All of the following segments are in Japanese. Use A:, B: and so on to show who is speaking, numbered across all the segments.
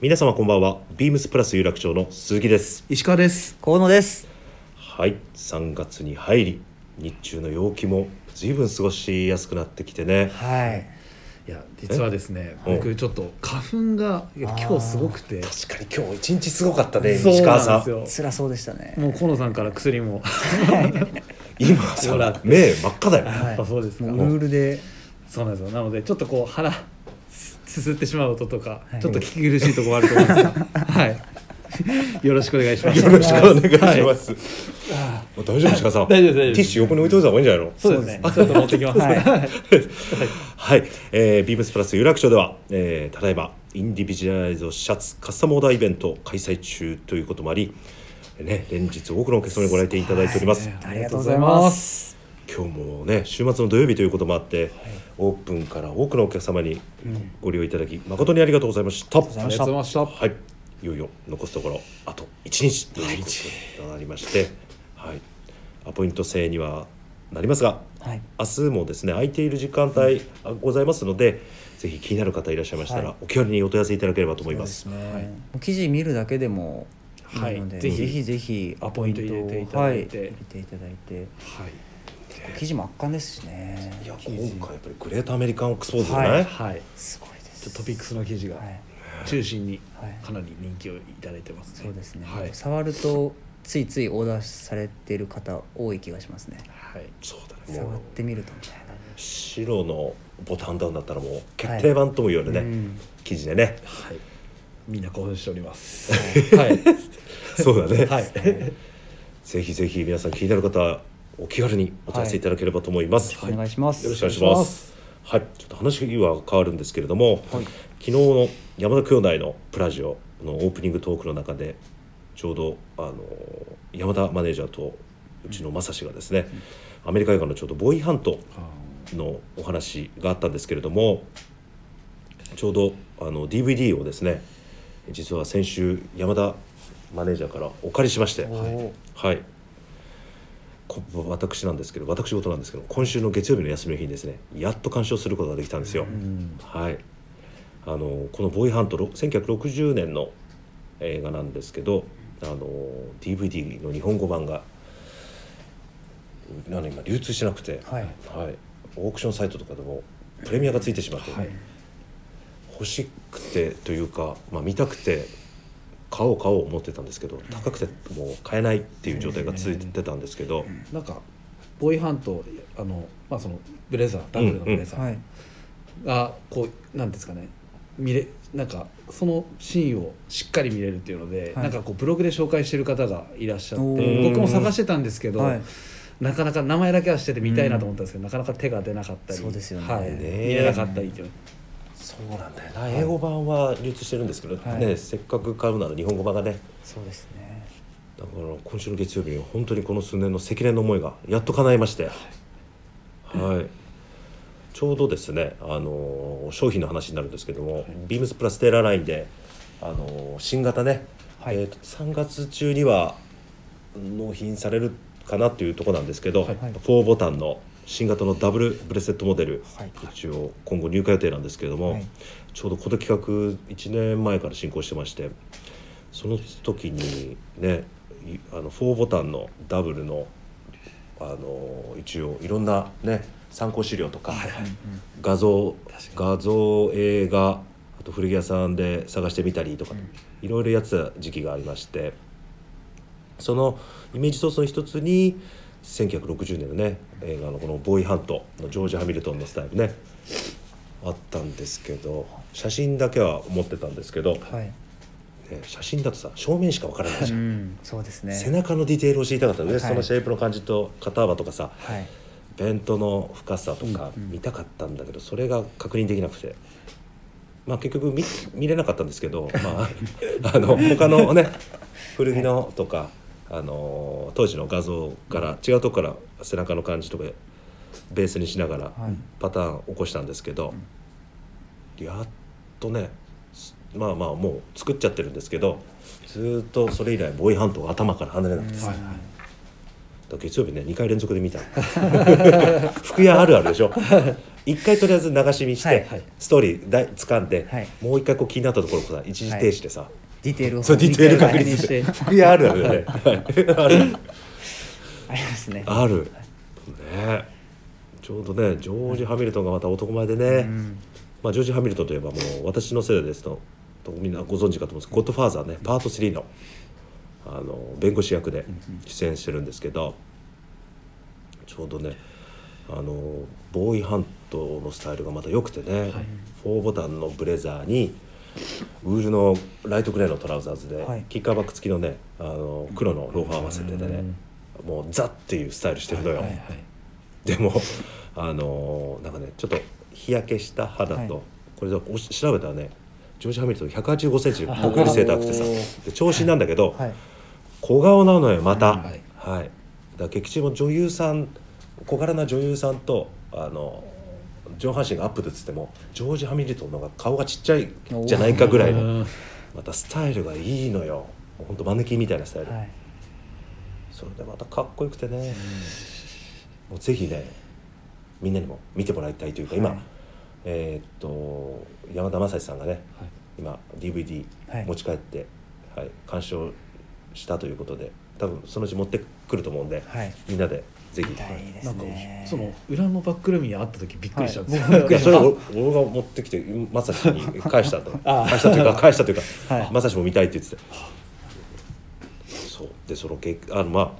A: 皆様こんばんはビームスプラス有楽町の鈴木です
B: 石川です
C: 河野です
A: はい3月に入り日中の陽気も随分過ごしやすくなってきてね
C: はい
B: いや実はですね
A: え
B: 僕ちょっと花粉がいや
C: あー
B: 今日すごくて
A: 確かに今日一日すごかったね
B: そう
A: 石川
B: なんで
A: さ
B: す
A: ん
B: よ
C: 辛そうでしたね
B: もう河野さんから薬も
A: 今さ
B: ほら
A: 目真っ赤だよ
C: はい
B: やっぱ そうですか
C: もうルールで
B: そうなんですよなのでちょっとこう腹すすすってしまう音とか、
C: はい
B: ちょっと聞き苦しいところあると思うん ですがはいよろしくお願いします、
A: よろしくお願いしますす、
B: はい
A: 大丈夫石川さん
B: 大丈夫大丈夫
A: ティッシュ横に置いといた方がいいんじゃないの
B: そうですねちょっと持ってきます、
C: はい
B: はい
A: はい、えー、ビームスプラス有楽町では、えーただいまインディビジュアライズドシャツカスタムオーダーイベントを開催中ということもあり、ね、連日多くのお客様にご来店いただいております、
B: はい
C: ありがとうございます
A: 今日もね週末の土曜日ということもあって、オープンから多くのお客様にご利用いただき、誠にありがとうございました
C: ざい
B: あ
C: ま
B: り
C: し
B: が
C: た
B: とうございました
A: はい、いよいよ残すところあと1日ということになりまして、はい、アポイント制にはなりますが
C: はい
A: 明日もですね空いている時間帯あございますのでぜひ気になる方いらっしゃいましたら、
C: はい
A: お気軽にお問い合わせいただければと思います。
C: ね記事見るだけでも
B: はい
C: いので
B: ぜひ
C: ぜひぜひ
B: アポイント入れていただいて
C: はい入れていただいて
B: はい
C: 記事も圧巻ですしね
A: いや今回やっぱりグレートアメリカンオックスフォードじゃない、
C: は
B: はい
C: すごいで
B: ちょっ
C: す
B: とトピックスの記事が
C: はい
B: 中心に
C: はい
B: かなり人気をいただいてますね、
C: そうですね
B: はい、
C: 触るとついついオーダーされてる方多い気がしますね
B: はい、
A: そうだねも
C: 触っ
A: う
C: てみるとみたいな
A: 白のボタンダウンだったらもう決定版とも言われるね、
B: うん
A: 記事でね
B: はい、みんな興奮しております。 はい、
A: そうだね、
B: はい、
A: ぜひぜひ皆さん気になる方はお気軽にお問い合わせいただければと思います、
C: お願いします
A: よろしくお願い
B: お願い
A: し
B: し
A: ま
B: ます
A: す。はい、ちょっと話は変わるんですけれども、
C: はい
A: 昨日の山田兄弟のプラジオのオープニングトークの中でちょうどあの山田マネージャーとうちの正志がですね、アメリカ映画のちょうどボーイハントのお話があったんですけれどもちょうどあの DVD をですね実は先週山田マネージャーからお借りしまして、
C: おー
A: はい、こ私なんですけど私事なんですけど今週の月曜日の休みの日にですねやっと鑑賞することができたんですよ。
B: うん、
A: はい、あのこの「ボーイハント」ろ1960年の映画なんですけどあの DVD の日本語版がなの今流通してなくて、
C: はい
A: はいオークションサイトとかでもプレミアがついてしまって、
B: はい、
A: 欲しくてというか、まあ、見たくて買おう買おう思ってたんですけど高くてもう買えないっていう状態が続いてたんですけど、
B: なんかボーイハントあのまあそのブレザーダブルのブレザ
C: は
B: ー
C: い
B: がこうなんですかね見れなんかそのシーンをしっかり見れるっていうので、
C: はい
B: なんかこうブログで紹介してる方がいらっしゃっ
C: お
B: て
C: ー
B: 僕も探してたんですけど、
C: はい
B: なかなか名前だけはしてて見たいなと思ったんですけど、なかなか手が出なかったり
C: そうですよね
B: はい、
C: ね
B: 見れなかったりという
A: そうなんだよな英語版は流通してるんですけど、
C: はい
A: ね、せっかく買うなら日本語版がね
C: そうですね
A: だから今週の月曜日に本当にこの数年の積年の思いがやっと叶いまして、はい、ちょうどですね、あのー商品の話になるんですけども、ビームスプラステーラーラインで、あのー新型ね、
C: はい
A: えーと3月中には納品されるかなというところなんですけど、
B: はい
C: はい
A: 4ボタンの新型のダブルブレスレットモデル、
C: はい
A: 一応今後入荷予定なんですけれども、
C: はい
A: ちょうどこの企画1年前から進行してましてその時にねいあの4ボタンのダブルのあの一応いろんなね参考資料とか、画像画像映画あと古着屋さんで探してみたりとか、いろいろやってた時期がありましてそのイメージソースの一つに1960年のね映画のこの「ボーイハント」のジョージ・ハミルトンのスタイルねあったんですけど写真だけは持ってたんですけど、
C: はい
A: ね写真だとさ正面しかわからないじゃん、
C: そうですね
A: 背中のディテールを知りたかったウエストのシェイプの感じと肩幅とかさ、
C: はい
A: ベントの深さとか見たかったんだけど、それが確認できなくて。まあ、結局見見れなかったんですけど、まあ、 あの他のね古着のとか、あの当時の画像から違うとこから背中の感じとかベースにしながら
C: はい
A: パターンを起こしたんですけど、やっとねすまあまあもう作っちゃってるんですけどずーっとそれ以来ボーイハントが頭から離れなくて
B: はいはい
A: だから月曜日ね2回連続で見た服屋あるあるでしょ一回とりあえず流し見して、
C: はい
B: はい
A: ストーリーだい掴んで、
C: はい
A: もう一回こう気になったところをさ一時停止でさ、
C: ディテールを
A: そうディテール確認
C: し
A: してていやあるあるね ある
C: ありますね
A: あるねちょうどねジョージ・ハミルトンがまた男前でね、
C: うん
A: まあ、ジョージ・ハミルトンといえばもう私の世代ですととみんなご存知かと思うんですけど「ゴッドファーザーね」パート3のあの弁護士役で出演してるんですけどちょうどねあのボーイハントのスタイルがまた良くてね、
B: い
A: 4ボタンのブレザーにウールのライトグレーのトラウザーズで、
C: はい
A: キッカーバック付きのねあの黒のローファー合わせててねもうザっていうスタイルしてるのよ。
B: はいはい
A: でもあのーなんかねちょっと日焼けした肌と、
C: はい
A: これでおし調べたらねジョージ・ハミルトン1 8 5ンチで僕より背高くてさ
C: あー
A: で長身なんだけど、
C: はい
A: 小顔なのよまた、
B: は
A: はいいだから劇中も女優さん小柄な女優さんとあの上半身がアップでつってもジョージ・ハミルトンの方が顔がちっちゃいじゃないかぐらいの
B: うん
A: またスタイルがいいのよほんとマネキンみたいなスタイル、
C: はい
A: それでまたかっこよくてね、もうぜひねみんなにも見てもらいたいというか今、
C: はい
A: えーっと山田雅史さんがね
B: はい
A: 今 DVD
C: はい
A: 持ち帰って、はい鑑賞したということで多分そのうち持ってくると思うんで、
C: はい
A: みんなでぜひ。
C: 痛いで
B: な
C: す
B: んか
C: ね
B: その裏のバックルームに会った時びっくりしたんですよ、
C: はい
A: い
C: 僕も
A: や それを俺俺が持ってきてまさしに返した と
B: ああ
A: 返したというか返したというか、
C: はい
A: まさしも見たいって言っててそうでそのけあのまあ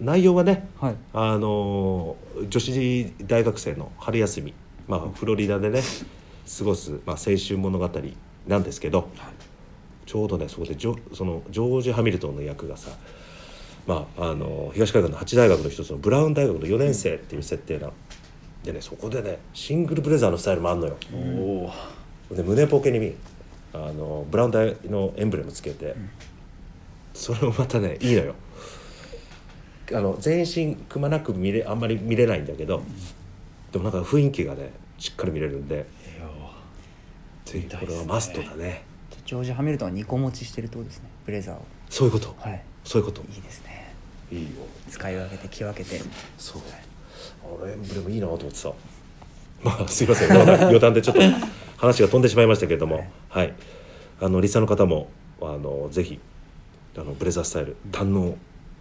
A: 内容はね
C: はい
A: あの女子大学生の春休み、まあ、フロリダでね過ごす、まあ、青春物語なんですけど、ちょうどねそこでジョそのジョージ・ハミルトンの役がさ、まあ、あの東海岸の8大学の一つのブラウン大学の4年生っていう設定なのでねそこでねシングルブレザーのスタイルもあんのよ。
B: おお
A: で胸ポケにみあのブラウン大のエンブレムつけて、それもまたねいいのよあの全身くまなく見れあんまり見れないんだけど、でもなんか雰囲気がねしっかり見れるんでぜひこれはマストだね
C: ジョージ・ハミルトンは2個持ちしてるってことですねブレザーを
A: そういうこと、
C: はい
A: そういうこと
C: いいですね
A: いいよ
C: 使い分けて着分けて
A: そうあれエンブレムいいなと思ってさまあすいませんまだ余談でちょっと話が飛んでしまいましたけれども はい、あのリサの方もあのぜひあのブレザースタイル堪能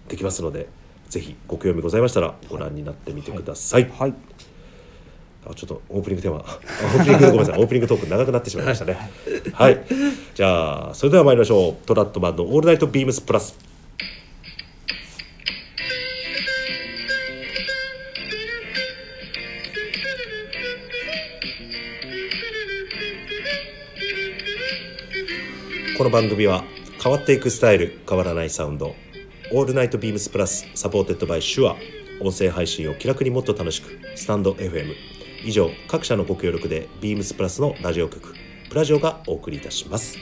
A: できますのでぜひご興味ございましたらご覧になってみてください、
C: はい
A: あちょっとオープニングテーマあオープニングごめんな さいオープニングトーク長くなってしまいましたねはいじゃあそれでは参りましょうトラットマンの「オールナイトビームスプラス」この番組は変わっていくスタイル変わらないサウンド「オールナイトビームスプラス」サポーテッドバイシュア音声配信を気楽にもっと楽しくスタンド FM 以上各社のご協力でビームスプラスのラジオ局プラジオがお送りいたします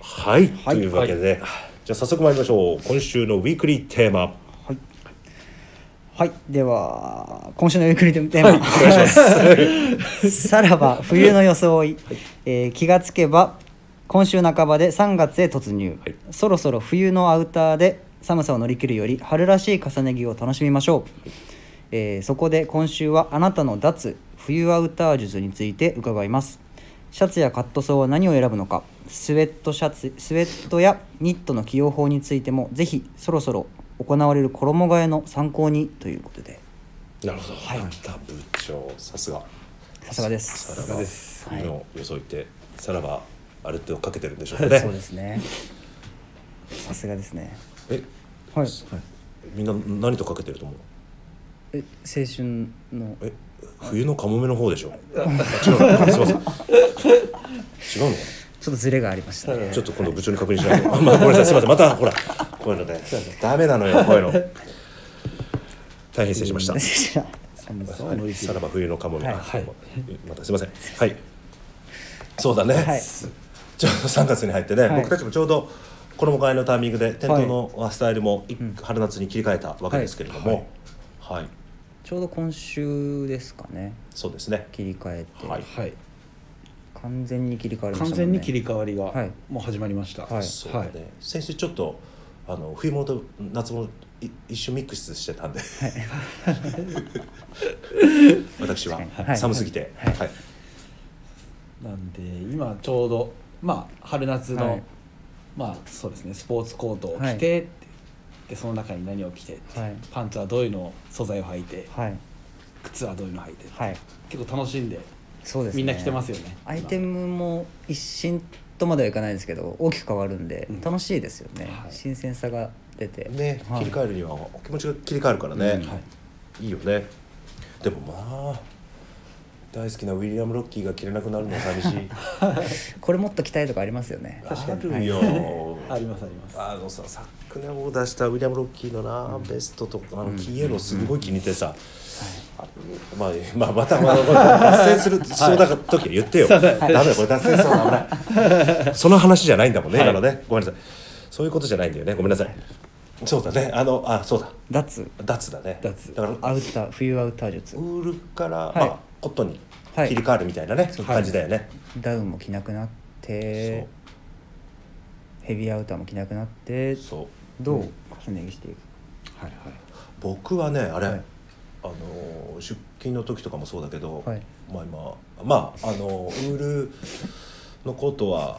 A: はい、
C: はい
A: というわけで、じゃあ早速参りましょう今週のウィークリーテーマ
C: はいでは今週のゆっくりテーマ、さらば冬の装い、えー気がつけば今週半ばで3月へ突入、
A: はい
C: そろそろ冬のアウターで寒さを乗り切るより春らしい重ね着を楽しみましょう、えーそこで今週はあなたの脱冬アウター術について伺いますシャツやカットソーは何を選ぶのかスウェットシャツスウェットやニットの起用法についてもぜひそろそろ行われる衣替えの参考にということで
A: なるほど、また部長さすが
C: さすがで
A: さ
C: す
A: らば
B: です
A: 冬の装いって、さらばある程度かけてるんでしょう
C: そうで
A: ね
C: すね。さすがですね。
A: え
C: はい。
A: みんな何とかけてると思う
C: え青春の
A: え冬のカモメの方でしょあ違う のすいません違うのか
C: ちょっとズレがありましたね
A: な。ちょっと今度部長に確認しないとあ、ま あ、ごめんなさいすいませんまたほらこういうのねダメなのよこういうの大変失礼しました
C: 寒そう
A: はいさらば冬のカモメ、
C: はい
A: はい、またすいませんはいそうだね、
C: はい
A: ちょうど3月に入ってね、
C: はい
A: 僕たちもちょうど衣替えのタイミングで店頭のスタイルもい春夏に切り替えたわけですけれども、はい
C: ちょうど今週ですかね。
A: そうですね。
C: 切り替えて。
A: はい
B: はい
C: 完全に切り替わりま
B: 完
C: したもん
B: 全
C: ね
B: に切り替わりが
C: はい
B: もう始まりました
C: はい
A: そ
B: そ
A: うう
B: だ
A: だ
B: ね
A: ね、先週ちょっとあの冬物と夏物い一緒ミックスしてたんで、私は
C: 確かにはい
A: 寒すぎて、
C: は
A: はいい
B: なんで今ちょうどまあ春夏の、
C: はい
B: まあそうですねスポーツコートを着て、ってでその中に何を着てって、
C: はい
B: パンツはどういうの素材を履いて
C: はい
B: 靴はどういうの履いて、
C: はい
B: 結構楽しんで
C: そうです、ね、
B: みんな着てますよね
C: アイテムも一新とまではいかないですけど大きく変わるんで
B: うん
C: 楽しいですよね、
B: はい
C: 新鮮さが出て
A: ね、
C: はい
A: 切り替えるには気持ちが切り替えるからね、
B: はい
A: いいよねでもまあ大好きなウィリアム・ロッキーが着れなくなるのは寂し い
C: これもっと着たいとかありますよね
B: 確かに
A: あるよ、
B: ありますあります
A: あのさ昨年を出したウィリアム・ロッキーのな、ベストとかあのキーエロすごい気に入ってさ、あまあ、まあ、またまたまた脱線するそうだから時は言ってよ、
B: そうだね
A: ダメだこれ脱線しそうだ危ないその話じゃないんだもんね、今のねごめんなさいそういうことじゃないんだよねごめんなさいそうだねあのあそうだ
C: 脱
A: 脱だね
B: 脱
A: だから
C: アウター冬アウター術
A: ウールから、
C: い
A: まあ、コットンに
C: はい
A: 切り替わるみたいなね、感じだよね、
C: ダウンも着なくなってヘビーアウターも着なくなって
A: そうそう
C: どう重ね着していく
B: はい
A: 僕はねあれ、
C: はい
A: あのー出勤の時とかもそうだけど、
C: はい
A: まあ今まああのーウールのコートは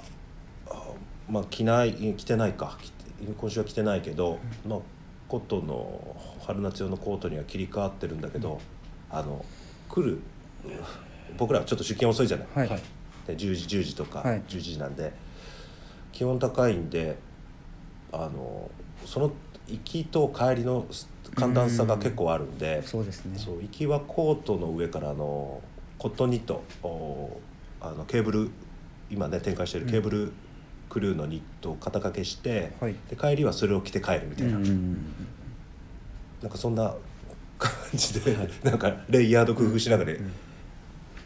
A: あまあ着ない着てないか着て今週は着てないけど、まあコットンの春夏用のコートには切り替わってるんだけど、あの来る僕らはちょっと出勤遅いじゃない、
C: はい、
B: はい
A: で10時10時とか
C: はい
A: 11時なんで、気温高いんであのその行きと帰りのす寒暖差が結構あるんで、
C: そうですね
A: そう行きはコートの上からあのコットンニットおあのケーブル今ね展開してるケーブルクルーのニットを肩掛けして、
C: はい
A: で帰りはそれを着て帰るみたいな、
B: うん
A: なんかそんな感じで、なんかレイヤード工夫しながら、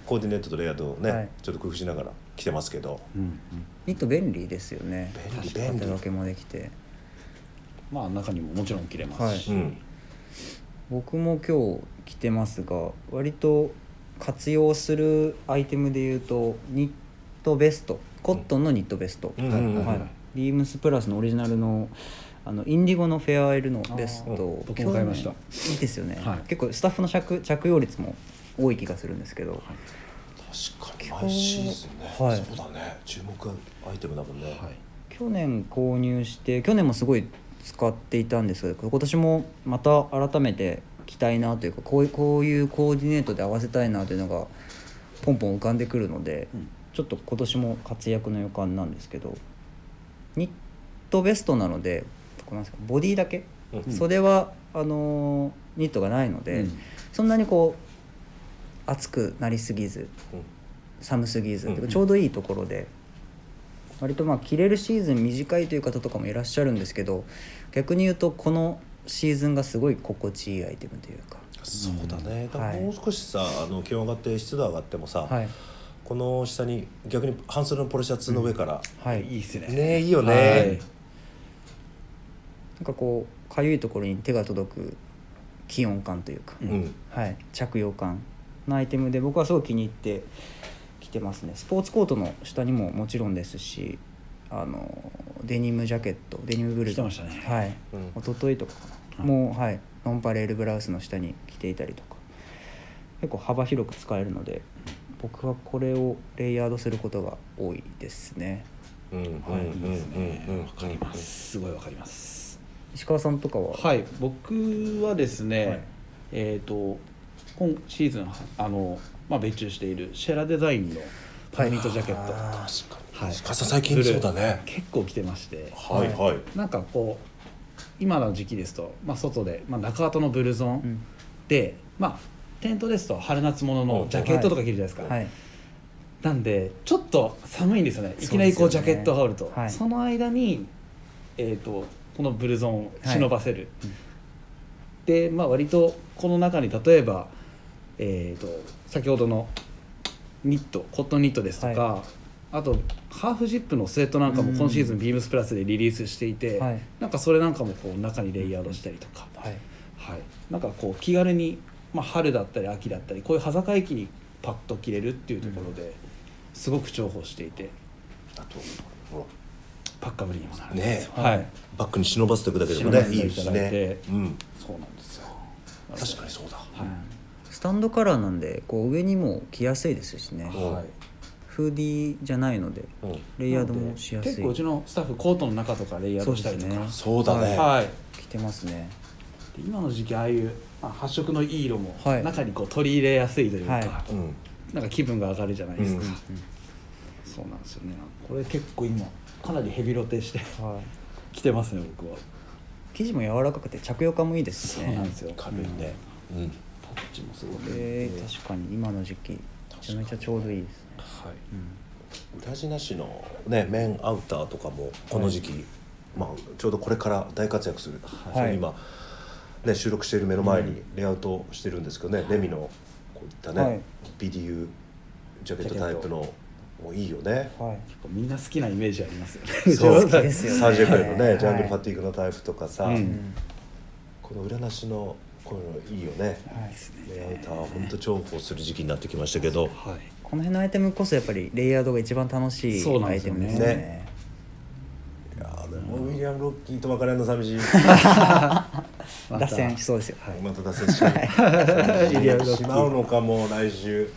A: コーディネートとレイヤードをね、
C: はい
A: ちょっと工夫しながら着てますけど。
B: うん
C: ニット便利ですよね
A: 便利
C: 片
A: 便利
C: 分けもできて
B: まあ中にももちろん着れますし、
A: うん
C: 僕も今日着てますが割と活用するアイテムでいうとニットベストコットンのニットベスト、
A: うんうんうん
C: はい、ビームスプラスのオリジナルのあのインディゴのフェアアイルのベス
B: あ
C: ト
B: ー僕も買いました
C: 去年いいですよね、
B: はい
C: 結構スタッフの着着用率も多い気がするんですけど、
A: 確かに毎シーズンね、
C: はい
A: そうだね注目アイテムだもんね、
B: はい
C: 去年購入して去年もすごい使っていたんですけど今年もまた改めて着たいなというかこういうこういうコーディネートで合わせたいなというのがポンポン浮かんでくるので、
B: うん
C: ちょっと今年も活躍の予感なんですけどニットベストなのでこうなんですかボディだけ、
A: うん
C: 袖はあのーニットがないので、
B: うん
C: そんなにこう暑くなりすぎず
A: うん
C: 寒すぎず、
A: うん
C: ちょうどいいところで割とまあ着れるシーズン短いという方とかもいらっしゃるんですけど逆に言うとこのシーズンがすごい心地いいアイテムというか
A: そうだね、だから
C: はい
A: もう少しさあの気温上がって湿度上がってもさ、
C: はい
A: この下に逆に半袖のポロシャツの上から、
C: はい
B: いいっすね
A: ねいいよね、
B: はい
C: なんかこうかゆいところに手が届く気温感というか、
A: うん
C: はい、着用感のアイテムで僕はすごい気に入って着てますねスポーツコートの下にももちろんですしあのデニムジャケットデニムブル
B: 着てましたね
C: はい
A: うん
C: 一昨日とかかな、
B: はい
C: もうはいノンパレールブラウスの下に着ていたりとか結構幅広く使えるので僕はこれをレイヤードすることが多いですね
A: うんうん
B: はい、いいですね
A: うんうんうん
B: わかりますすごいわかります
C: 石川さんとかは
B: はい僕はですね、
C: はい
B: えっ、と今シーズンあの、まあ、別注しているシェラデザインのパイミットジャケット、
A: あー確か
B: は
A: に、
B: い
A: しかし最近そうだね
B: 結構着てまして
A: はいはい、
B: なんかこう今の時期ですと、まあ、外で、まあ、中跡のブルゾ
C: う
B: ン
C: ん
B: で、まあテントですと春夏物のジャケットとか着るじゃないですか、
C: はい
B: なんでちょっと寒いんですよねいきなりこうジ
C: そう
B: ャ
C: です
B: ケット
C: よね
B: 羽織るとそ,、
C: はい
B: の間に、えー、とこのブルゾンを忍ばせる、
C: うん
B: で、まあ、割とこの中に例えば、えー、と先ほどのニットコットンニットですとか、あとハーフジップのスウェットなんかも今シーズンビームスプラスでリリースしていて、
C: はい
B: なんかそれなんかもこう中にレイヤードしたりとか、
C: はい
B: はい、なんかこう気軽に、まあ、春だったり秋だったりこういう端境期にパッと着れるっていうところで、すごく重宝していて
A: あとほ
B: パッカブリにもなる
A: らねえ
B: はい
A: バッグに忍ばせておくだけでも
B: 忍
A: ね
B: ばせて
A: いい
B: い
A: した
B: だいて
A: ね、うん、
B: そうなんですよ
A: 確かにそうだ、
C: スタンドカラーなんでこう上にも着やすいですしね
A: うん
B: はい
C: フーディーじゃないので
A: うん
C: レイヤードもしやすい
B: 結構うちのスタッフコートの中とかレイヤードしたりと
C: そう
B: か
C: で
A: そうだね、
B: はい
C: 着てますね
B: で今の時期ああいう、まあ、発色のいい色も
C: はい
B: 中にこう取り入れやすいというか、
C: はい
A: うん、
B: なんか気分が上がるじゃないですか、
A: うんうん
B: そうなんですよねこれ結構今かなりヘビロテして着てますね僕は
C: 生地も柔らかくて着用感もいいですし
B: そうなん
C: ね
B: ですよ
A: 軽いね、うん
B: タッチもすごく
C: えー確かに今の時期めちゃめちゃちょうどいいですね
B: はい
A: 裏地なしのね綿アウターとかもこの時期、まあ、ちょうどこれから大活躍する、
C: い
A: その今、ね、収録している目の前にレイアウトしてるんですけどね、レミのこういったね、
C: はい
A: BDU ジャケットタイプのもういいよね。
C: はい
B: 結構みんな好きなイメージありますよね
A: そう
C: 好きですよね
A: サージェクレの
C: は
A: ね
C: い
A: ジャングルファティーグのタイプとかさ、
B: うん
C: うん
A: この裏なしのこういうのいいよね
C: はい
A: レイアウターは本当重宝する時期になってきましたけど
B: はい
C: この辺のアイテムこそやっぱりレイヤードが一番楽し
B: そう
C: い
B: なん
C: ア
B: で
C: イ
B: す
C: テ
B: よ
C: ム
B: ね
C: ですよね
A: いやーでもウィリアム・ロッキーと別れるの寂しい
B: また
C: 脱線しそうですよ
A: また脱線しちゃう
B: ウィリアムロッキー
A: しまうのかも来週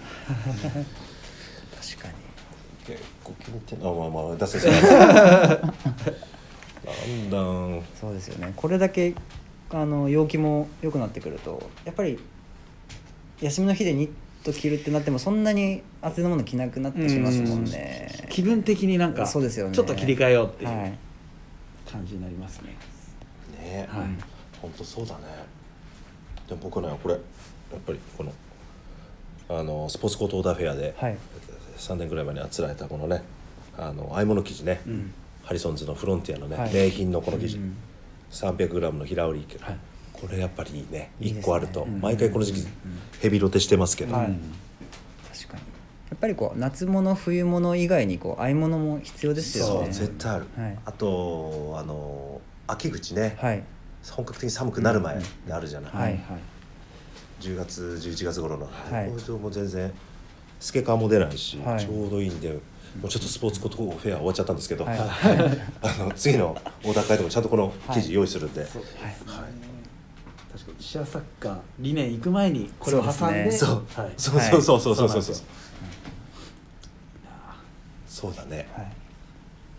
C: 確かに
A: 結構気に入ってんのあまあまあ脱線しちゃうだんだん
C: そうですよねこれだけあの陽気も良くなってくるとやっぱり休みの日でニット着るってなってもそんなに厚手のもの着なくなってしまうもんね
B: 気分的になんか
C: そうですよね
B: ちょっと切り替えようってい
C: は
B: う感じになりますね、
A: ね
B: はい
A: 本当そうだねでも僕ねこれやっぱりこのあのスポーツコートオーダーフェアで
C: はい
A: 3年ぐらい前にあつらえたこのねあの合い物生地ね、ハリソンズのフロンティアのね、
C: はい
A: 名品のこの生地、
C: うん
A: 300g の平織り生地、
B: はい
A: これやっぱりいいね
C: いい
A: 1
C: ですね
A: 個あると
C: うん
A: 毎回この時期ヘビロテしてますけど、
C: はい
B: うん
C: 確かにやっぱりこう夏物冬物以外にこう合い物も必要ですよ
A: そう
C: ね
A: 絶対ある、
C: はい
A: あとあの秋口ね、
C: はい
A: 本格的に寒くなる前であるじゃない、
C: はい
A: 10月11月頃の、
C: はい
A: こういうとも全然透け感も出ないし、
C: はい
A: ちょうどいいんでもうちょっとスポーツコートフェア終わっちゃったんですけど、
C: は い
A: あの次のオーダー会でもちゃんとこの生地用意するんで、
B: そう確かにシアサッカー2年行く前にこれを挟んで
A: そ
C: そう
B: はい、
A: そうそうそうそうそうそうそう
B: はい
A: そうだね、
C: はい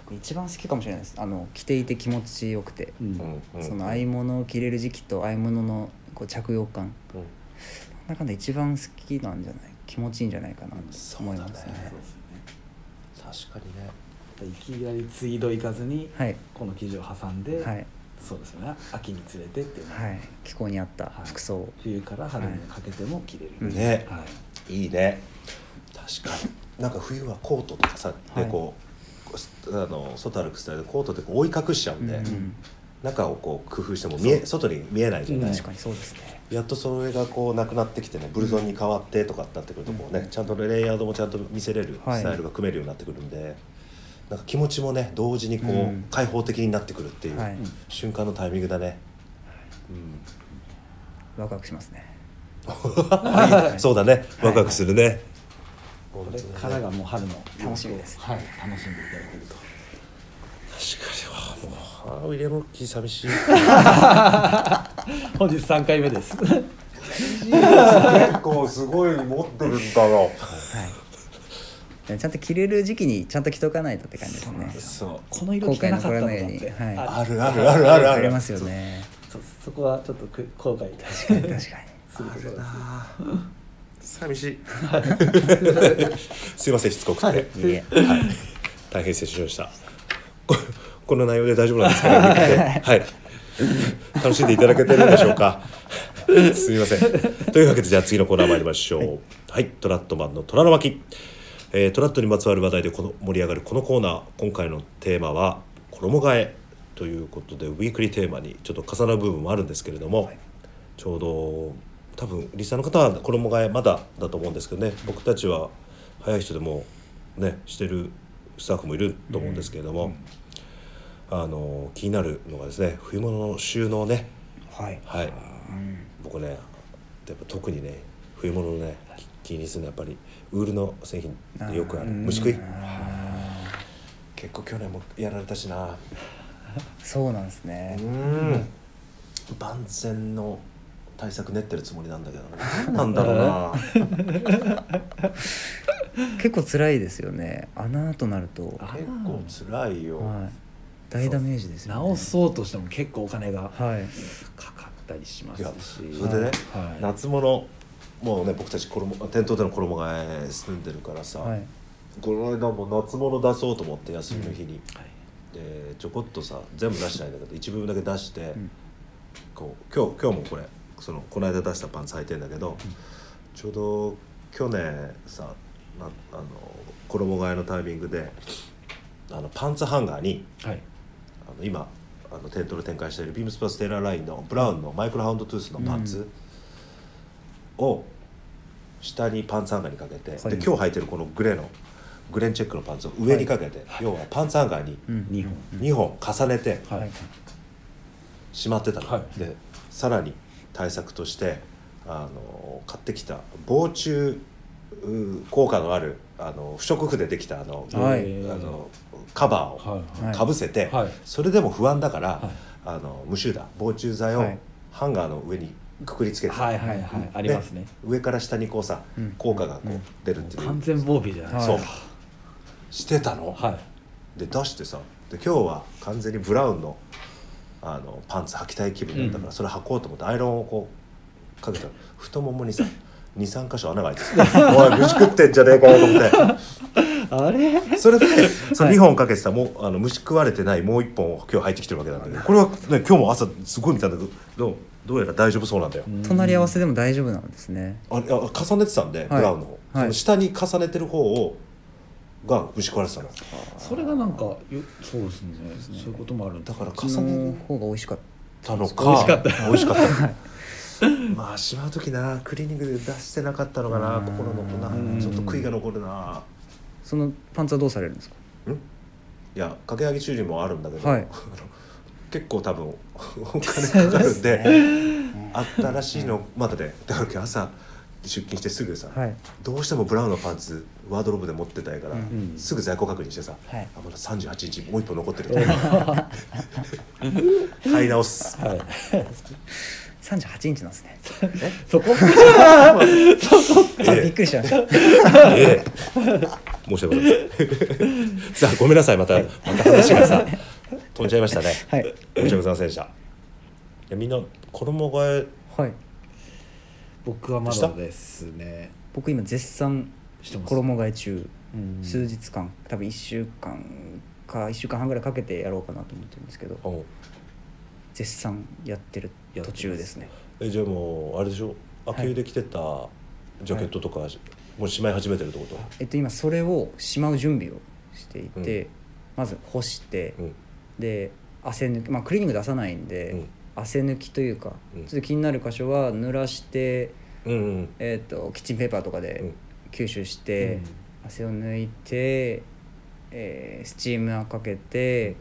C: 僕一番好きかもしれないですあの着ていて気持ちよくて、
B: うん
A: うんうん
C: その合い物を着れる時期と合い物のこう着用感
A: うん
C: なんだかんだ一番好きなんじゃない気持ちいいんじゃないかなと
A: そう
C: 思い
A: だ
C: ま
A: ね
C: すね,、
A: 確かにね
B: いきなりツイード行かずに、
C: はい
B: この生地を挟んで、
C: はい
B: そうですよね秋に連れてっていうのは、
C: はい気候に合った服装、
B: 冬から春にかけても着れる、
C: はい
A: ね
B: はい
A: いいね確かになんか冬はコートとかさ、
C: はい
A: でこうこうすあの外歩くスタイルでコートってこう覆い隠しちゃうんで、
C: うんうん
A: 中をこう工夫しても見え外に見えないじゃない、
C: 確かにそうですね
A: やっとそれがこうなくなってきてねブルゾンに変わってとかってなってくるとこうね、ちゃんとレイヤードもちゃんと見せれる
C: はい
A: スタイルが組めるようになってくるんで、なんか気持ちもね同時にこう、
C: うん
A: 開放的になってくるっていう、
C: はい
A: 瞬間のタイミングだね。うん
C: ワクワクしますね
A: そうだね、ワクワクするね。
B: これからがもう春の
C: 楽しみです
B: はい、楽しんでいただけると
A: 確かにわあもうあーウィリアムロッキー寂しい。
B: 本日3回目です
A: 結構すごい持ってるんだよ。
C: はいちゃんと着れる時期にちゃんと着とかないとって感じですね
A: そう。
B: この色
C: 今
B: 着て
C: 回
B: な
C: の
B: か
C: こ
B: った
C: れ
B: のだっ
C: のように
B: て、
C: はい
B: あ
A: あるあるあるあるあ
C: あり
A: る。
C: ますよね
B: そそこはちょっとく後悔
C: 確 かに確かに
B: するところですね
A: 寂しい。 すいませんしつこくて。
C: いえ
A: 大変失礼しました。ここの内容で大丈夫なんですかね。はい。楽しんでいただけてるんでしょうか。すみません。というわけでじゃあ次のコーナー参りましょう。はい、トラットマンの虎の巻。えートラットにまつわる話題でこの盛り上がるこのコーナー、今回のテーマは衣替えということでウィークリーテーマにちょっと重なる部分もあるんですけれども、ちょうど多分リスナーの方は衣替えまだだと思うんですけどね。僕たちは早い人でもねしてるスタッフもいると思うんですけれども、あの気になるのがですね冬物の収納ね。
C: はい
A: はい、僕ねやっぱ特にね冬物のねき気にするのはやっぱりウールの製品
B: あー
A: よくある虫食い
C: あ
A: 結構去年もやられたしな
C: ーそうなんですね
A: うん万全の対策練ってるつもりなんだけどな何なんだろうな
C: 結構辛いですよね穴となると
B: あ
A: 結構辛いよ、
C: はい大ダメージですよね
B: 直そうとしても結構お金が
C: はい
B: かかったりしま
A: い
B: す
A: や
B: し
A: それでね、
B: はい
A: 夏物もうね僕たち衣店頭での衣替え済んでるからさ、
C: はい
A: この間も夏物出そうと思って休みの日に、
B: はい
A: でちょこっとさ全部出してないんだけど一部分だけ出して、
C: ん
A: こう今日今日もこれそのこの間出したパンツ履いてんだけど、ちょうど去年さなあの衣替えのタイミングであのパンツハンガーに
B: はい
A: あの今あの店頭で展開しているビームスプラステーラーラインのブラウンのマイクロハウンドトゥースのパンツを下にパンツハンガーにかけて、
C: はい
A: で今日履いてるこのグレーのグレンチェックのパンツを上にかけて、要はパンツハンガーに
C: うん
B: 2
A: 2
B: 本
A: 本重ねて
B: はい
A: しまってたの、
B: はい
A: でさらに対策としてあの買ってきた防虫う効果のあるあの不織布でできたあの,、
C: はい
A: あのカバーを、
B: はい
C: はい
A: かぶせて、
B: はい
A: それでも不安だから、
B: はい
A: あの無臭だ防虫剤を
C: はい
A: ハンガーの上にくくりつけて、
B: はいはいはいありますね
A: 上から下にこうさ、
C: うん
A: 効果がこう出るっていう、
B: 完全防備じゃないです
A: そう
C: はい
A: してたの、
B: かはい
A: で出してさで今日は完全にブラウンのあのパンツ履きたい気分だったから、
B: うん
A: それ履こうと思ってアイロンをこうかけたら太ももにさ23箇所穴が開いてた おい虫食ってんじゃねえかよと思って。
B: あ れ
A: それでその2本かけてたもうあの虫食われてないもう1本を今日入ってきてるわけなんだけどこれは、ね、今日も朝すごい見たんだけどどうどうやら大丈夫そうなんだよ、
C: 隣り合わせでも大丈夫なんですね
A: あれあ重ねてたんで、ブラウンの方、その下に重ねてる方をが虫食われてたの
B: それがなんかよそうですねそういうこともあるん
A: だ
B: だ
A: から
C: こっち
A: 重
C: の
A: ね
C: 方が美味しかった
A: たのか
B: 美味しかった
A: 美味し かったまあしまう時なクリーニングで出してなかったのかな
C: うん
A: 心のこ
B: う
A: なんちょっと悔いが残るな
C: そのパンツはどうされるんですか
A: いや掛け上げ修理もあるんだけど、
C: は
A: あ
C: い
A: の 結構 多分お金かかるんで新しいのまだねだから今日朝出勤してすぐさ、
C: はい
A: どうしてもブラウンのパンツワードローブで持ってたいから、
B: ん
A: すぐ在庫確認してさ、
C: はい
A: あまだ38日もう一本残ってる と買い直 す
B: はい
C: 38インチなんですね
B: そこ
A: え
C: あびっ
A: え
C: くりしました
A: ええ申し訳ございませんさあごめんなさいまたまた話がさ飛んじゃいましたね、
C: はい
A: 申し訳ございませんでしたいやみんな衣替え
C: はい
B: 僕はまだですね
C: 僕今絶賛
B: してます
C: 衣替え中
B: うん
C: 数日間多分1週間か1週間半ぐらいかけてやろうかなと思ってるんですけど
A: お
C: 絶賛やってる途中ですね
A: えじゃあもうあれでしょ
C: い
A: 秋湯で着てたジャケットとか、もうしまい始めてるってこと、
C: えっと今それをしまう準備をしていて、
A: うん
C: まず干して、
A: うん
C: で汗抜きまあクリーニング出さないんで、
A: うん
C: 汗抜きというか、
A: うん
C: ちょっと気になる箇所は濡らして、
A: うんうん
C: えっとキッチンペーパーとか
A: う
C: で
A: ん
C: 吸収して、汗を抜いて、えースチームをかけて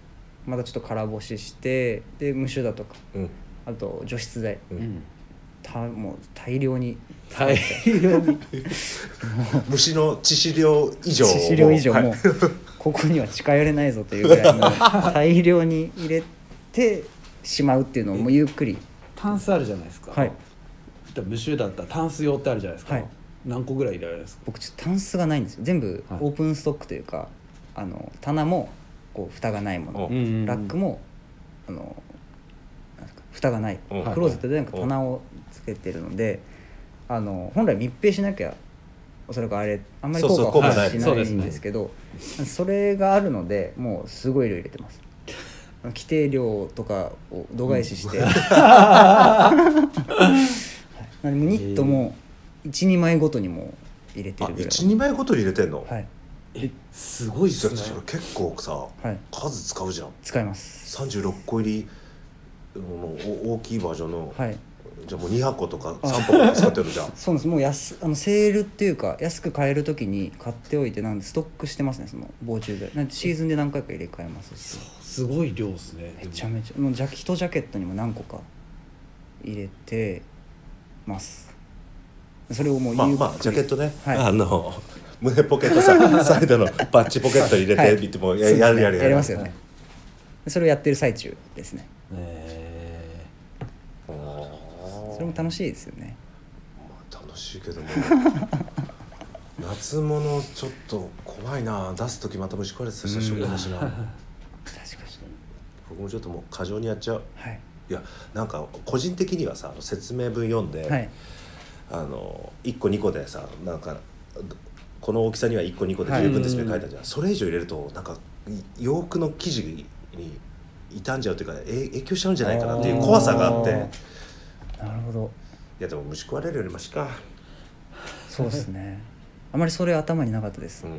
C: またちょっと空干ししてで無臭だとか
A: うん
C: あと除湿剤
A: う
B: うんん
C: たもう大量に
B: 大量に
A: 虫の致死量以上を
C: 致 死量以上
A: はい
C: もうここには近寄れないぞというぐらい もう大量に入れてしまうっていうのをもうゆっくり
B: タンスあるじゃないですか
C: はい
B: だから無臭だったらタンス用ってあるじゃないですか、
C: はい
B: 何個ぐらい入れられるんですか
C: 僕ちょっとタンスがないんですよ全部
B: はい
C: オープンストックというか、あの棚もこう蓋がないもの、
A: うん
C: ラックもあのなんですか蓋がない、
A: うん
C: クローゼットでなんか
A: うん
C: 棚をつけてるので、あの本来密閉しなきゃおそらくあれあんまり
A: そう
C: 効
A: そう
C: 果は
A: 効果ない
C: 発揮しない
B: そうです
C: ん
B: ね
C: ですけどそれがあるのでもうすごい量入れてます。規定量とかを度外視 して、はいなんでニットも12枚ごとにもう入れて
A: あ
C: るぐらい
A: 12枚ごと入れてんの、
C: はい
B: えすごいっ
A: それ
B: すね
A: それ結構さ
C: はい
A: 数使うじゃん
C: 使います
A: 36個入りのお大きいバージョンの、
C: はい
A: じゃあもう2箱とか3箱とか使ってるじゃん
C: そうなんですもう安あのセールっていうか安く買える時に買っておいてなんでストックしてますねその防虫剤なんでシーズンで何回か入れ替えますし
B: すごい量ですね
C: めちゃめちゃもうジャキットジャケットにも何個か入れてますそれをもう
A: まあ
C: ゆっくり
A: まあジャケットね、
C: はい
A: あの胸ポケットさサイドのバッチポケットに入れ
C: はい
A: てみても、や
C: そうですね
A: やるやる
C: やりますよねそれをやってる最中ですね
B: え
A: あー
C: それも楽しいですよね
A: 楽しいけども夏物ちょっと怖いな出す時また虫食われてたりしたらしょうがないしな
C: 確かに
A: 僕もちょっともう過剰にやっちゃう
C: はい
A: いやなんか個人的にはさあの説明文読んで、
C: はい
A: あの1個2個でさなんかどこの大きさには1個2個で十分ですね
B: はい
A: 書いたじゃん、それ以上入れるとなんかい洋服の生地に傷んじゃうというかえ影響しちゃうんじゃないかなっていう怖さがあって
C: あーなるほど
A: いやでも虫食われるよりマシか、
C: そうですねあまりそれ頭になかったです
A: うん、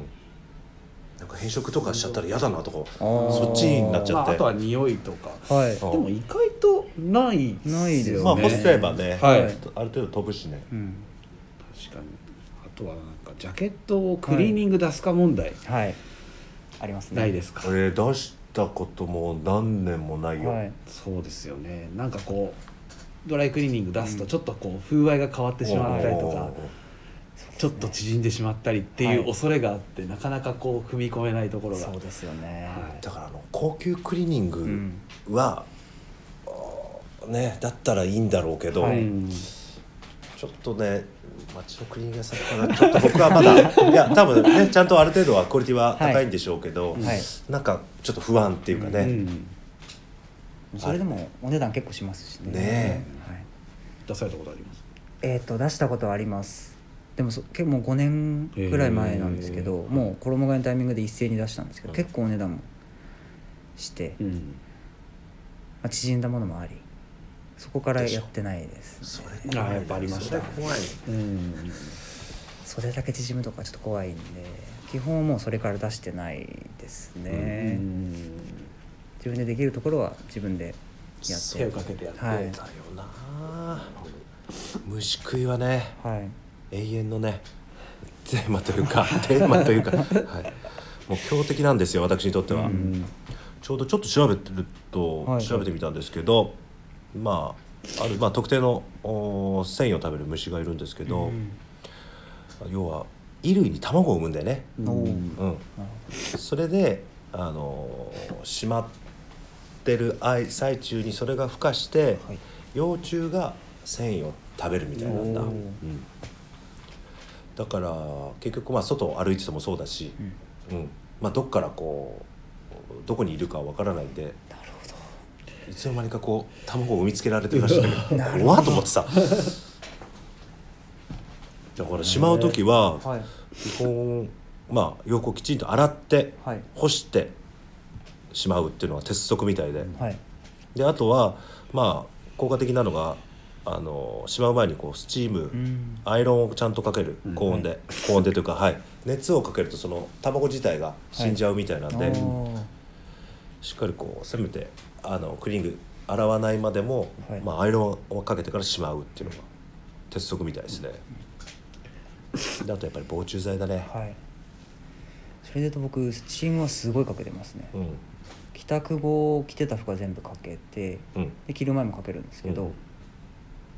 A: なんか変色とかしちゃったら嫌だなとか
C: あー
A: そっちになっち
B: ま
A: ゃっ
B: あ、
A: て、
B: あとは匂いとか
C: は
A: あ
C: い
B: でも意外とないっすよね
C: ないですね
A: まあ干せばね、
B: はい
A: ある程度飛ぶしね
C: うん
B: 確かにあとはなんかジャケットをクリーニング出すか問題
C: はいありますね
B: ないですか、
A: 俺出したことも何年もないよ、
C: はい
B: そうですよねなんかこうドライクリーニング出すとちょっとこう風合いが変わってしまったりとかちょっと縮んでしまったりってい
C: はいう
B: 恐れがあってなかなかこう踏み込めないところが
C: そうですよね
B: は
A: だからあの高級クリーニン
C: う
A: グ
C: ん
A: は、あーねだったらいいんだろうけど、
C: はい
B: うん
A: ちょっとね街のクリーニング屋さんからちょっと僕はまだいや多分ねちゃんとある程度はクオリティは高いんでしょうけど、
C: はい
A: なんかちょっと不安っていうかね、
B: うん
C: それでもお値段結構しますしね
A: ね
C: はい
B: 出されたことあります
C: えっ、と出したことはありますでもそ結構もう5年くらい前なんですけど、
B: へー
C: もう衣替えのタイミングで一斉に出したんですけど、
A: うん
C: 結構お値段もして、ま
B: ん
C: あ、縮んだものもありそこからやってないです
A: それ
B: あーやっぱありまし
A: そ
B: た
A: れ怖い
B: うん
C: それだけ縮むとかちょっと怖いんで基本はもうそれから出してないですね、
B: うん
C: 自分でできるところは自分でやって
B: 手をかけてやって、
C: はい
A: だよな虫食いはね
C: はい
A: 永遠のねテーマというか テーマというか、はい、もう強敵なんですよ私にとっては、
B: うん
A: ちょうどちょっと調べてると、
C: はい
A: 調べてみたんですけどまあある、まあ、特定のお繊維を食べる虫がいるんですけど、要は衣類に卵を産むんだよね、
B: うん
C: おー
A: うん、それであのーしまってる間最中にそれが孵化して、
C: はい
A: 幼虫が繊維を食べるみたいなんだ、
C: おー
A: うんだから結局まあ外を歩いててもそうだし、うんまあ、どっからこうどこにいるかわからないんで
C: なるほど
A: いつの間にかこう卵を産みつけられてるらしいんだ けど怖っと思ってさだからしまう時は
C: はい
A: 基本まあ洋服をきちんと洗って
C: はい
A: 干してしまうっていうのは鉄則みたいで、
C: はい
A: であとはまあ効果的なのがあのしまう前にこうスチーム、
C: うん
A: アイロンをちゃんとかける
B: うん
A: 高温で、高温でというかはい熱をかけるとその卵自体が死んじゃうみたいなんで、
C: おー
A: しっかりこうせめてあのクリーニング洗わないまでも、
C: はい
A: まあ、アイロンをかけてからしまうっていうのが鉄則みたいですね。であとやっぱり防虫剤だね。
C: はいそれで言うと僕スチームはすごいかけてますね、
A: うん
C: 帰宅後着てた服は全部かけて
A: うん
C: で着る前もかけるんですけど、
A: うん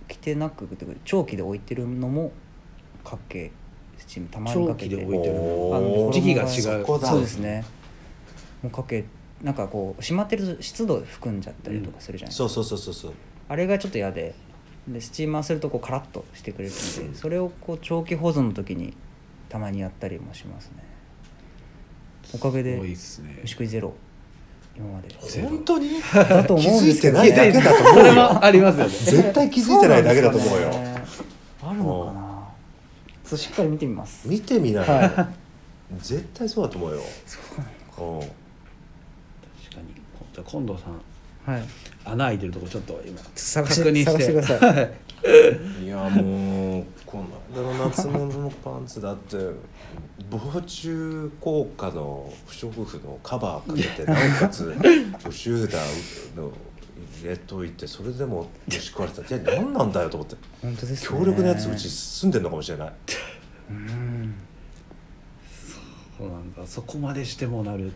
C: 着てなくて長期で置いてるのもかけスチームたまに
B: 長
C: かけ
B: 期
C: て
B: で置いてる
A: おー
C: あの
B: 時期が違う
A: そこだ
C: そうですねもうかけなんかこうしまってると湿度含んじゃったりとかするじゃないですか、
A: そうそうそうそうそう。
C: あれがちょっと嫌ででスチーマーするとこうカラッとしてくれるんでそれをこう長期保存の時にたまにやったりもしますねおかげ
B: 多
C: で
B: いっすね
C: 虫食いゼロ今まで
A: 本当 に
C: だと思うんですけ ど
A: 気づいてないだけだと思
B: そうれ
A: よ
B: はありますよね
A: 絶対気づいてないだけだと思うよ
C: そなんですかねあるのかなそうしっかり見てみます
A: 見てみない、
C: は
A: 絶対そうだと思うよ
C: そうなん
A: うん
B: 確かにじゃあ近藤さん
C: はい
B: 穴開いてるとこちょっと今
C: 探
B: 確認
C: して
B: して
C: 探してくだ さい
A: いやもうこんなの夏物のパンツだって防虫効果の不織布のカバーかけてなおかつ無臭弾の入れといてそれでも虫食われてたらいや何なんだよと思って
C: 本当ですね
A: 強力なやつうち住んでんのかもしれない
C: うん
B: そうなんだそこまでしてもなる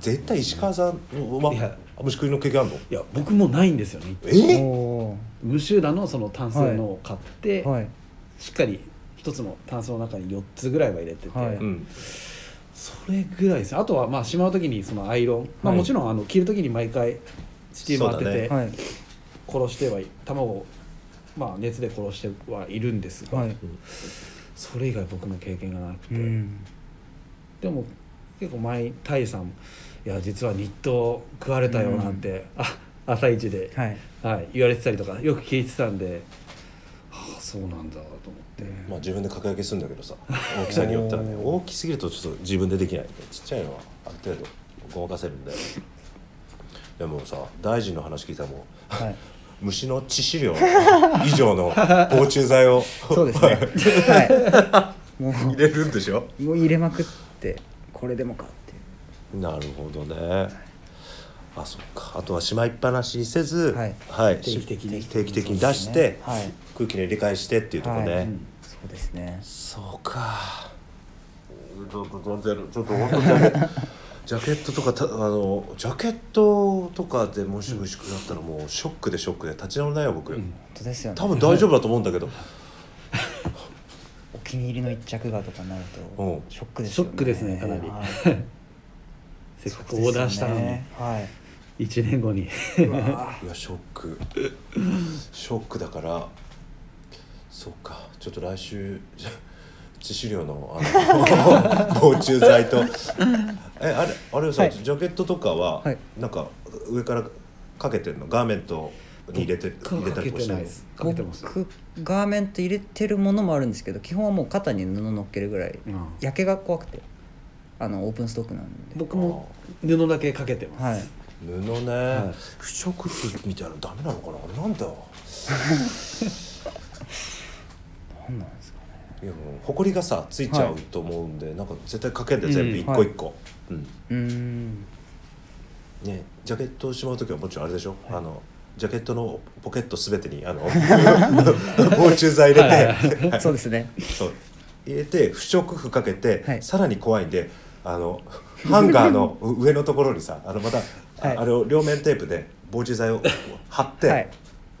A: 絶対石川さんはい
B: や
A: あ虫食いの経験あるの
B: いや僕もないんですよね
A: え
C: お
B: 無臭ダのその単数のを買って、
C: ーはい
B: しっかり一つの単数の中に4つぐらいは入れてて、
C: はい
A: うん
B: それぐらいですねあとはまあしまう時にそのアイロン、まあ、
C: はい
B: もちろんあの着る時に毎回スチーム当て
A: そうだね
B: て
C: はい
B: 殺してはい卵を、まあ、熱で殺してはいるんですが、
C: はい
B: それ以外僕も経験がなくて、
C: うん
B: でも結構前タイさんいや実は日東食われたよなんて、あ朝一で、
C: はい
B: はい、言われてたりとかよく聞いてたんで、はあ、そうなんだと思って、
A: まあ自分で格上げするんだけどさ大きさによってはね
C: お
A: 大きすぎるとちょっと自分でできないちっちゃいのはある程度ごまかせるんででもさ大臣の話聞いたらもう
C: はい
A: 虫の致死量以上の防虫剤を
C: そうですねは いも
A: 入れるんでしょ
C: うもう入れまくってこれでもかっていう
A: なるほどねあそっかあとはしまいっぱなしにせず、
C: はい
B: 定期的に
A: 定期的に出して、
C: そうですね
A: 空気の入れ替えしてっていうとこ
C: はい
A: ね、
C: はいうんそうですね
A: そうかちょっと飛んでるちょっと本当ジャケジャケットとかたあのジャケットとかでもし虫食なったらもうショックでショックで立ち直れないよ僕、
C: 本当ですよね
A: 多分大丈夫だと思うんだけど、
C: お気に入りの一着がとかなる
A: うん
C: とショックです
B: シ
C: よ
B: ョックですねかなり、
C: は
B: せっかくオーダーしたの
C: そう
B: に
C: ですねはい
B: 1年後に
C: うわ
A: いやショックショックだからそうかちょっと来週じゃ致死量のあの 防虫剤とえあれあれさ、
C: はい
A: ジャケットとかは、
C: はい
A: なんか上からかけてるのガーメントに入れて入れ
B: か
A: たりと
B: け
A: かしててる
B: ない
A: の
B: ですかけてます
C: 僕ガーメント入れてるものもあるんですけど基本はもう肩に布乗っけるぐらい
B: うん
C: 焼けが怖くてあのオープンストックなんで
B: 僕も布だけかけてます、
C: はい
A: 布ね、
B: はい
A: 不織布みたいなのダメなのかなあれなんだよ
C: 何なんですかね
A: いやもう埃がさついちゃうと思うんで、なんか絶対かけんで全部
B: うん
A: 一個一個、うん
C: うーん
A: ね、ジャケットをしまう時はもちろんあれでしょ、あのジャケットのポケットすべてにあ の 防虫剤入
B: はいは
A: れて、
C: そうですね
A: そう入れて不織布かけて、
C: はい
A: さらに怖いんであのハンガー の上のところにさあのまた、あ
C: はい
A: あれを両面テープで防虫剤を貼って、
C: はい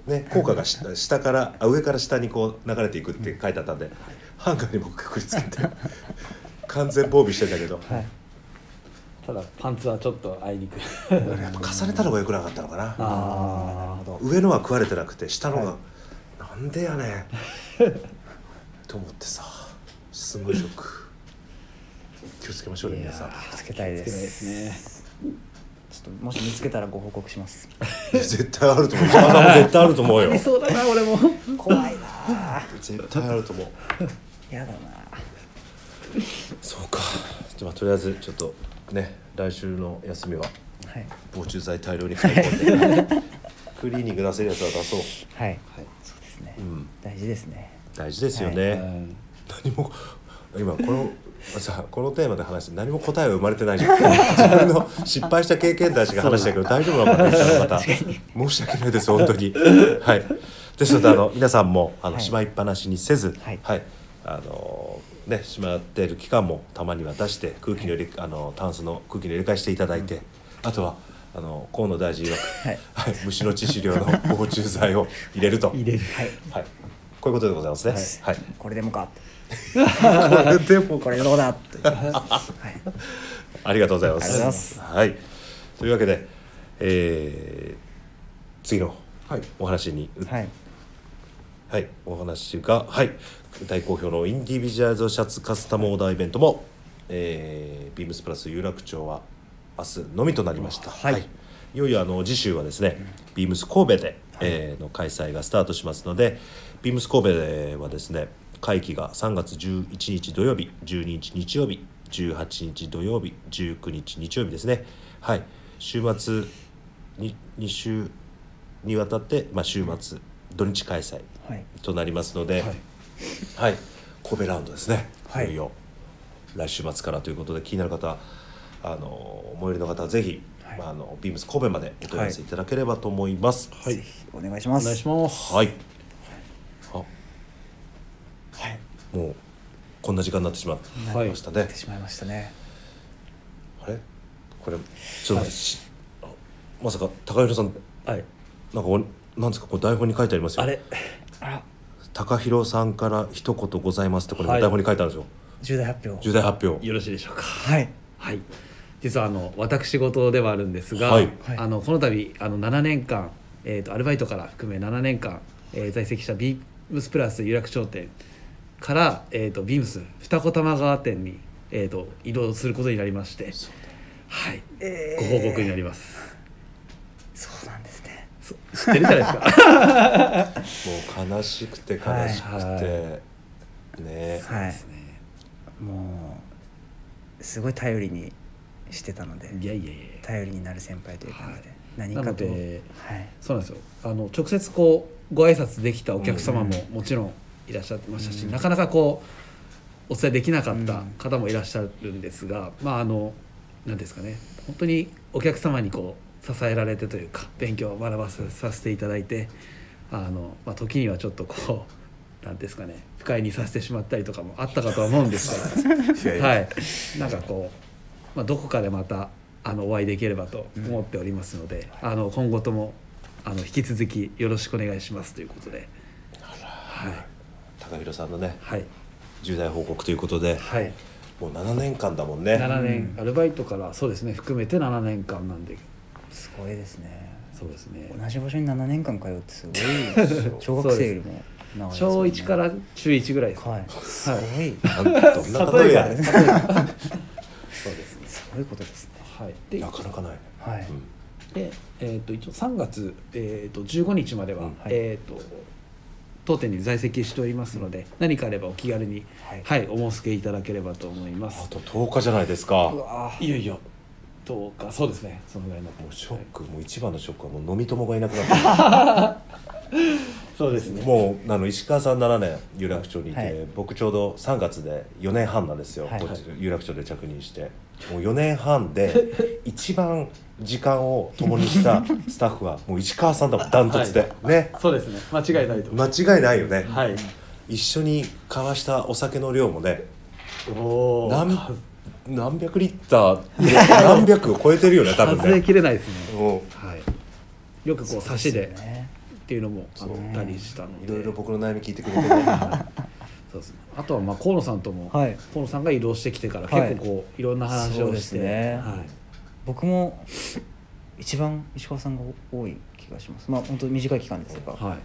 A: ね、効果がし下からあ上から下にこう流れていくって書いてあったんで、ハンガーに僕くくりつけて完全防備してんだけど、
C: はい
B: ただパンツはちょっとあいに くい
A: やっぱ重ねたのが良くなかったのかな。
B: ああ
A: 上のは食われてなくて下のが、なんでやねん と思ってさすごいショック気をつけましょうね皆さん
C: 気をつけたいです
B: 気をつけたいです
C: ちょっともし見つけたらご報告します
A: いや絶対あると思う石川さんも絶対あると思うよ
B: ねそうだな俺も
C: 怖いなぁ
A: 絶対あると思う
C: やだなぁ
A: そうかじゃあまあとりあえずちょっとね来週の休みは
C: はい
A: 防虫剤大量に買い込 んでクリーニング出せるやつは出そう、
C: はいそうですね
A: うん、
C: 大事ですね
A: 大事ですよね、
B: うん
A: 何も 今このさこのテーマで話して何も答えは生まれてないじゃん 自分の失敗した経験談しか話したけど大丈夫なのかなみたいな方申し訳ないです本当 にはいですのであの皆さんもあの、
C: はい
A: しまいっぱなしにせず
C: はい
A: あのねしまっている期間もたまには出して空気の入れあのタンスの空気の入れ替えしていただいて、あとはあの河野大臣曰く、
C: はい
A: はい、虫の致死量の防虫剤を入れると
B: 入れる
C: はい
A: はい、こういうことでございますねはい
C: これでもか
A: これでも
C: これどうだというはい
A: ありがとうございます。
C: ありがとうございます
A: はい、というわけで、えー次の
B: はい
A: お話に、は、
C: はいい
A: お話が、はい、大好評のインディビジュアルドシャツカスタムオーダーイベントも、えービームスプラス有楽町は明日のみとなりました。
C: はい
A: いよいよあの次週はですね、ビームス神戸で、えーの開催がスタートしますので、ビームス神戸ではですね、会期が3月11日土曜日、12日日曜日、18日土曜日、19日日曜日ですね。はい、週末に2週にわたって、まあ週末土日開催
C: はい
A: となりますので、はい、神戸ラウンドですね。
C: はい
A: いよいよ来週末からということで気になる方はあの最寄りの方はぜひ、
C: はい
A: まあ、あのビームス神戸までお問い合わせいただければと思います。は
C: ぜひお願いしま
B: お
C: す
B: 願いします
A: はい。あ、
C: はい
A: もうこんな時間になってしまい
B: はい
A: ましたね
C: やって。しまいましたね
A: あれ？これちょっと待って、しまさか高弘さん
D: はい
A: なんかおなんですかこれ台本に書いてありますよ
D: あれ
A: 高弘さんから一言ございますってこれ
D: はい
A: 台本に書いてあるんですよ、
D: 重大発表
A: 重大発表
D: よろしいでしょうか
C: はい
B: はい、実はあの私事ではあるんですが、
A: はい
D: はい
B: あのこの度あの7年間、えー、とアルバイトから含め7年間、えー在籍したビームスプラス有楽町店から、えー、とビームス二子玉川店に、えー、と移動することになりまして、はい、
C: え
B: ご報告になります。
C: そうなんですね
B: そ知ってるじゃないですか。
A: もう悲しくて悲しくて、ね
C: はいもうすごい頼りにしてたので
B: いやいやいや。
C: 頼りになる先輩という感じで、
B: はい
C: 何
B: な
C: か
B: の
C: と、はい、
B: でそうなんですよあの直接こうご挨拶できたお客様ももちろんいらっしゃってましたし、
C: うん
B: なかなかこうお伝えできなかった
C: うん
B: 方もいらっしゃるんですが、まああの何ですかね本当にお客様にこう支えられてというか勉強を学ばせさせていただいてあの、まあ、時にはちょっとこう何ですかね不快にさせてしまったりとかもあったかとは思うんですが。はい、なんかこう、まあ、どこかでまたあのお会いできればと思っておりますので、あの今後ともあの引き続きよろしくお願いしますということで、はい、
A: 高弘さんのね
B: はい、
A: 重大報告ということで
B: はい、
A: もう7年間だもんね
B: 7年、アルバイトからそうですね含めて7年間なんです
C: ごいですね
B: そうですね
C: 同じ場所に7年間通うってすごいですよ小学生よりも長いですよね
B: 小1から中1ぐらいです、
C: はいすごい、
A: なんどんな例え やね
B: そうですね、
C: すごいことですね
B: はい、で
A: なかなかないね、
C: はい、
A: うん
B: で、えー、と一応3月、えー、と15日までは、
A: うん
C: はい
B: えー、と当店に在籍しておりますので、何かあればお気軽に、
C: はい
B: はい、お申し付けいただければと思いま
A: あ
B: す
A: と10日じゃないですか
C: う
A: も
C: わー
B: いよいよどうかそうですねそのぐらいになって
A: う
B: ます
A: ショックもう一番のショックはもう飲み友がいなくな っ
B: そうです
A: て
B: ね
A: もうあの石川さん7年有楽町にいて、
C: はい
A: 僕ちょうど3月で4年半なんですよ、
C: はい
A: こっち有楽町で着任してもう4年半で一番時間を共にしたスタッフはもう石川さんだもんダントツで、ね
B: そうですね間違いないと思いま
A: 間違いないよね、
B: すはい
A: 一緒に交わしたお酒の量もね
B: お
A: 何何百リッター何百を超えてるよね多
B: 数
A: 分
B: え
A: ね
B: きれないですね、
A: も
B: はい、よくこう差しで
C: そうすよね
B: っていうのもあったりしたの
A: う
B: で
A: いろいろ僕の悩み聞いてくれてね
B: そうですねあとはまあ河野さんとも、
C: はい
B: 河野さんが移動してきてから
C: はい
B: 結構こう、い、ろんな話
C: そう
B: を
C: で
B: し
C: す
B: て、
C: ね
B: はい、
C: 僕も一番石川さんが多い気がしますまあ本当短い期間ですが、
B: は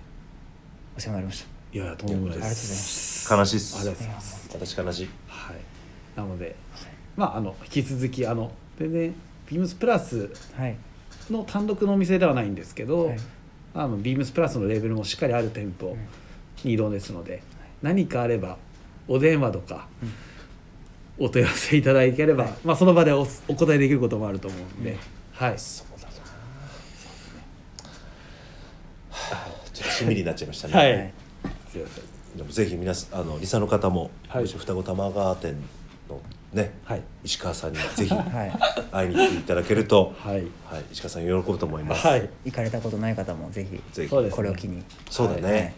C: お世話になりました
B: い、いやいやとんでもないで
C: ありがとうございます
A: 悲しいっ
B: ありがと
A: す
B: うございます
A: 私悲しい
B: はいなのでまああの引き続きあのでねビームスプラス
C: はい
B: の単独のお店ではないんですけど、
C: はい
B: あのビームスプラスのレーベルもしっかりある店舗に移動ですので、何かあればお電話とか、お問い合わせいただければ、まあ、その場でおお答えできることもあると思うんで、はい
A: そうだなはあちょっとしんみりになっちゃいましたね、
B: はい
C: はい
B: すいません
A: でもぜひ皆さんあのリサの方も、
B: はい
A: もし双子玉川店のね、
B: はい
A: 石川さんにぜ ひ
C: は
A: 会いに来ていただけると、
B: はい
A: はい、石川さん喜ぶと思います、
B: はい
C: い行かれたことない方もぜひ
A: ぜひ
B: そうですね
C: これを機に
A: そうだね、
C: はい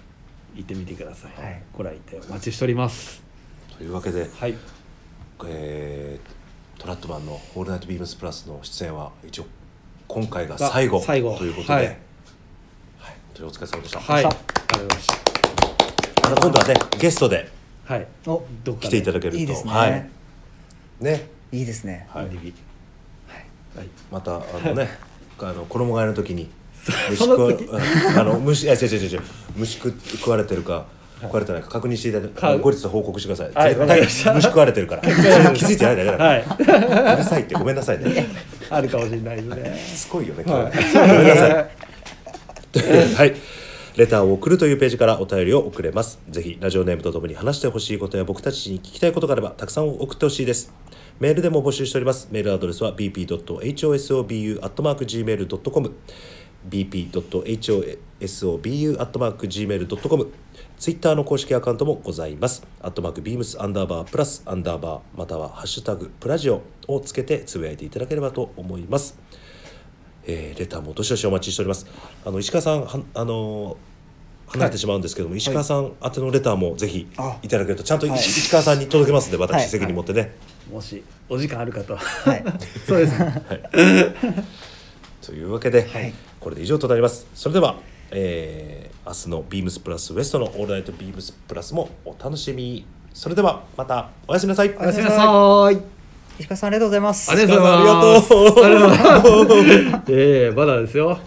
B: 行ってみてください、
C: はい
B: ご来店お待ちしております
A: というわけで、
B: はい
A: えートラットマンの「オールナイトビームスプラス」の出演は一応今回が最後
B: 最後
A: ということで、は
B: はいい
A: 本当にお疲れ様でした、
B: はいありが
C: さあ
B: とうございまし
A: また今度はねゲストで
B: たはい
C: お
B: どっか
A: 来
B: で
A: ていただけると
C: いいですね、
A: はいね
C: いいですね
A: はい、
B: はい
A: またあの ねあの衣替えの時に虫
B: そ
A: 食
B: の
A: わ
B: 時
A: ああの虫あ違う違う違う虫食食われてるか食われてないか確認していただいて
B: か
A: あの後日報告してください、
B: はい
A: 絶
B: わかり
A: 対
B: ました
A: 虫食われて るから気づいてないだけだから、
B: はいう
A: るさいってごめんなさいね
B: あるかもしれないですね
A: しつこいよね、今日ごめんなさい はいレターを送るというページからお便りを送れますぜひラジオネームとともに話してほしいことや僕たちに聞きたいことがあればたくさん送ってほしいですメールでも募集しておりますメールアドレスは bp.hosobu.gmail.com bp.hosobu.gmail.com ツイッターの公式アカウントもございます。アットマークビームスアンダーバープラスアンダーバーまたはハッシュタグプラジオをつけてつぶやいていただければと思います。えーレターもどしどしお待ちしております。あの石川さんはあのー離れてしまうんですけども、石川さん宛てのレターもぜひ
C: あ
A: いただけるとちゃんと
C: はい
A: 石川さんに届けますんで
C: はい
A: 私責任持ってね。
B: もしお時間ある方は、
C: い
B: そうですね
A: というわけで、
C: はい
A: これで以上となります。それでは、えー明日のビームスプラスウエストのオールナイトビームスプラスもお楽しみに。それではまたおやすみなさい。
B: おやすみなさい
C: はーい石川さんありがとうございます
B: ありがとうございます
A: ありがとう
B: ありがとうございますええまだですよ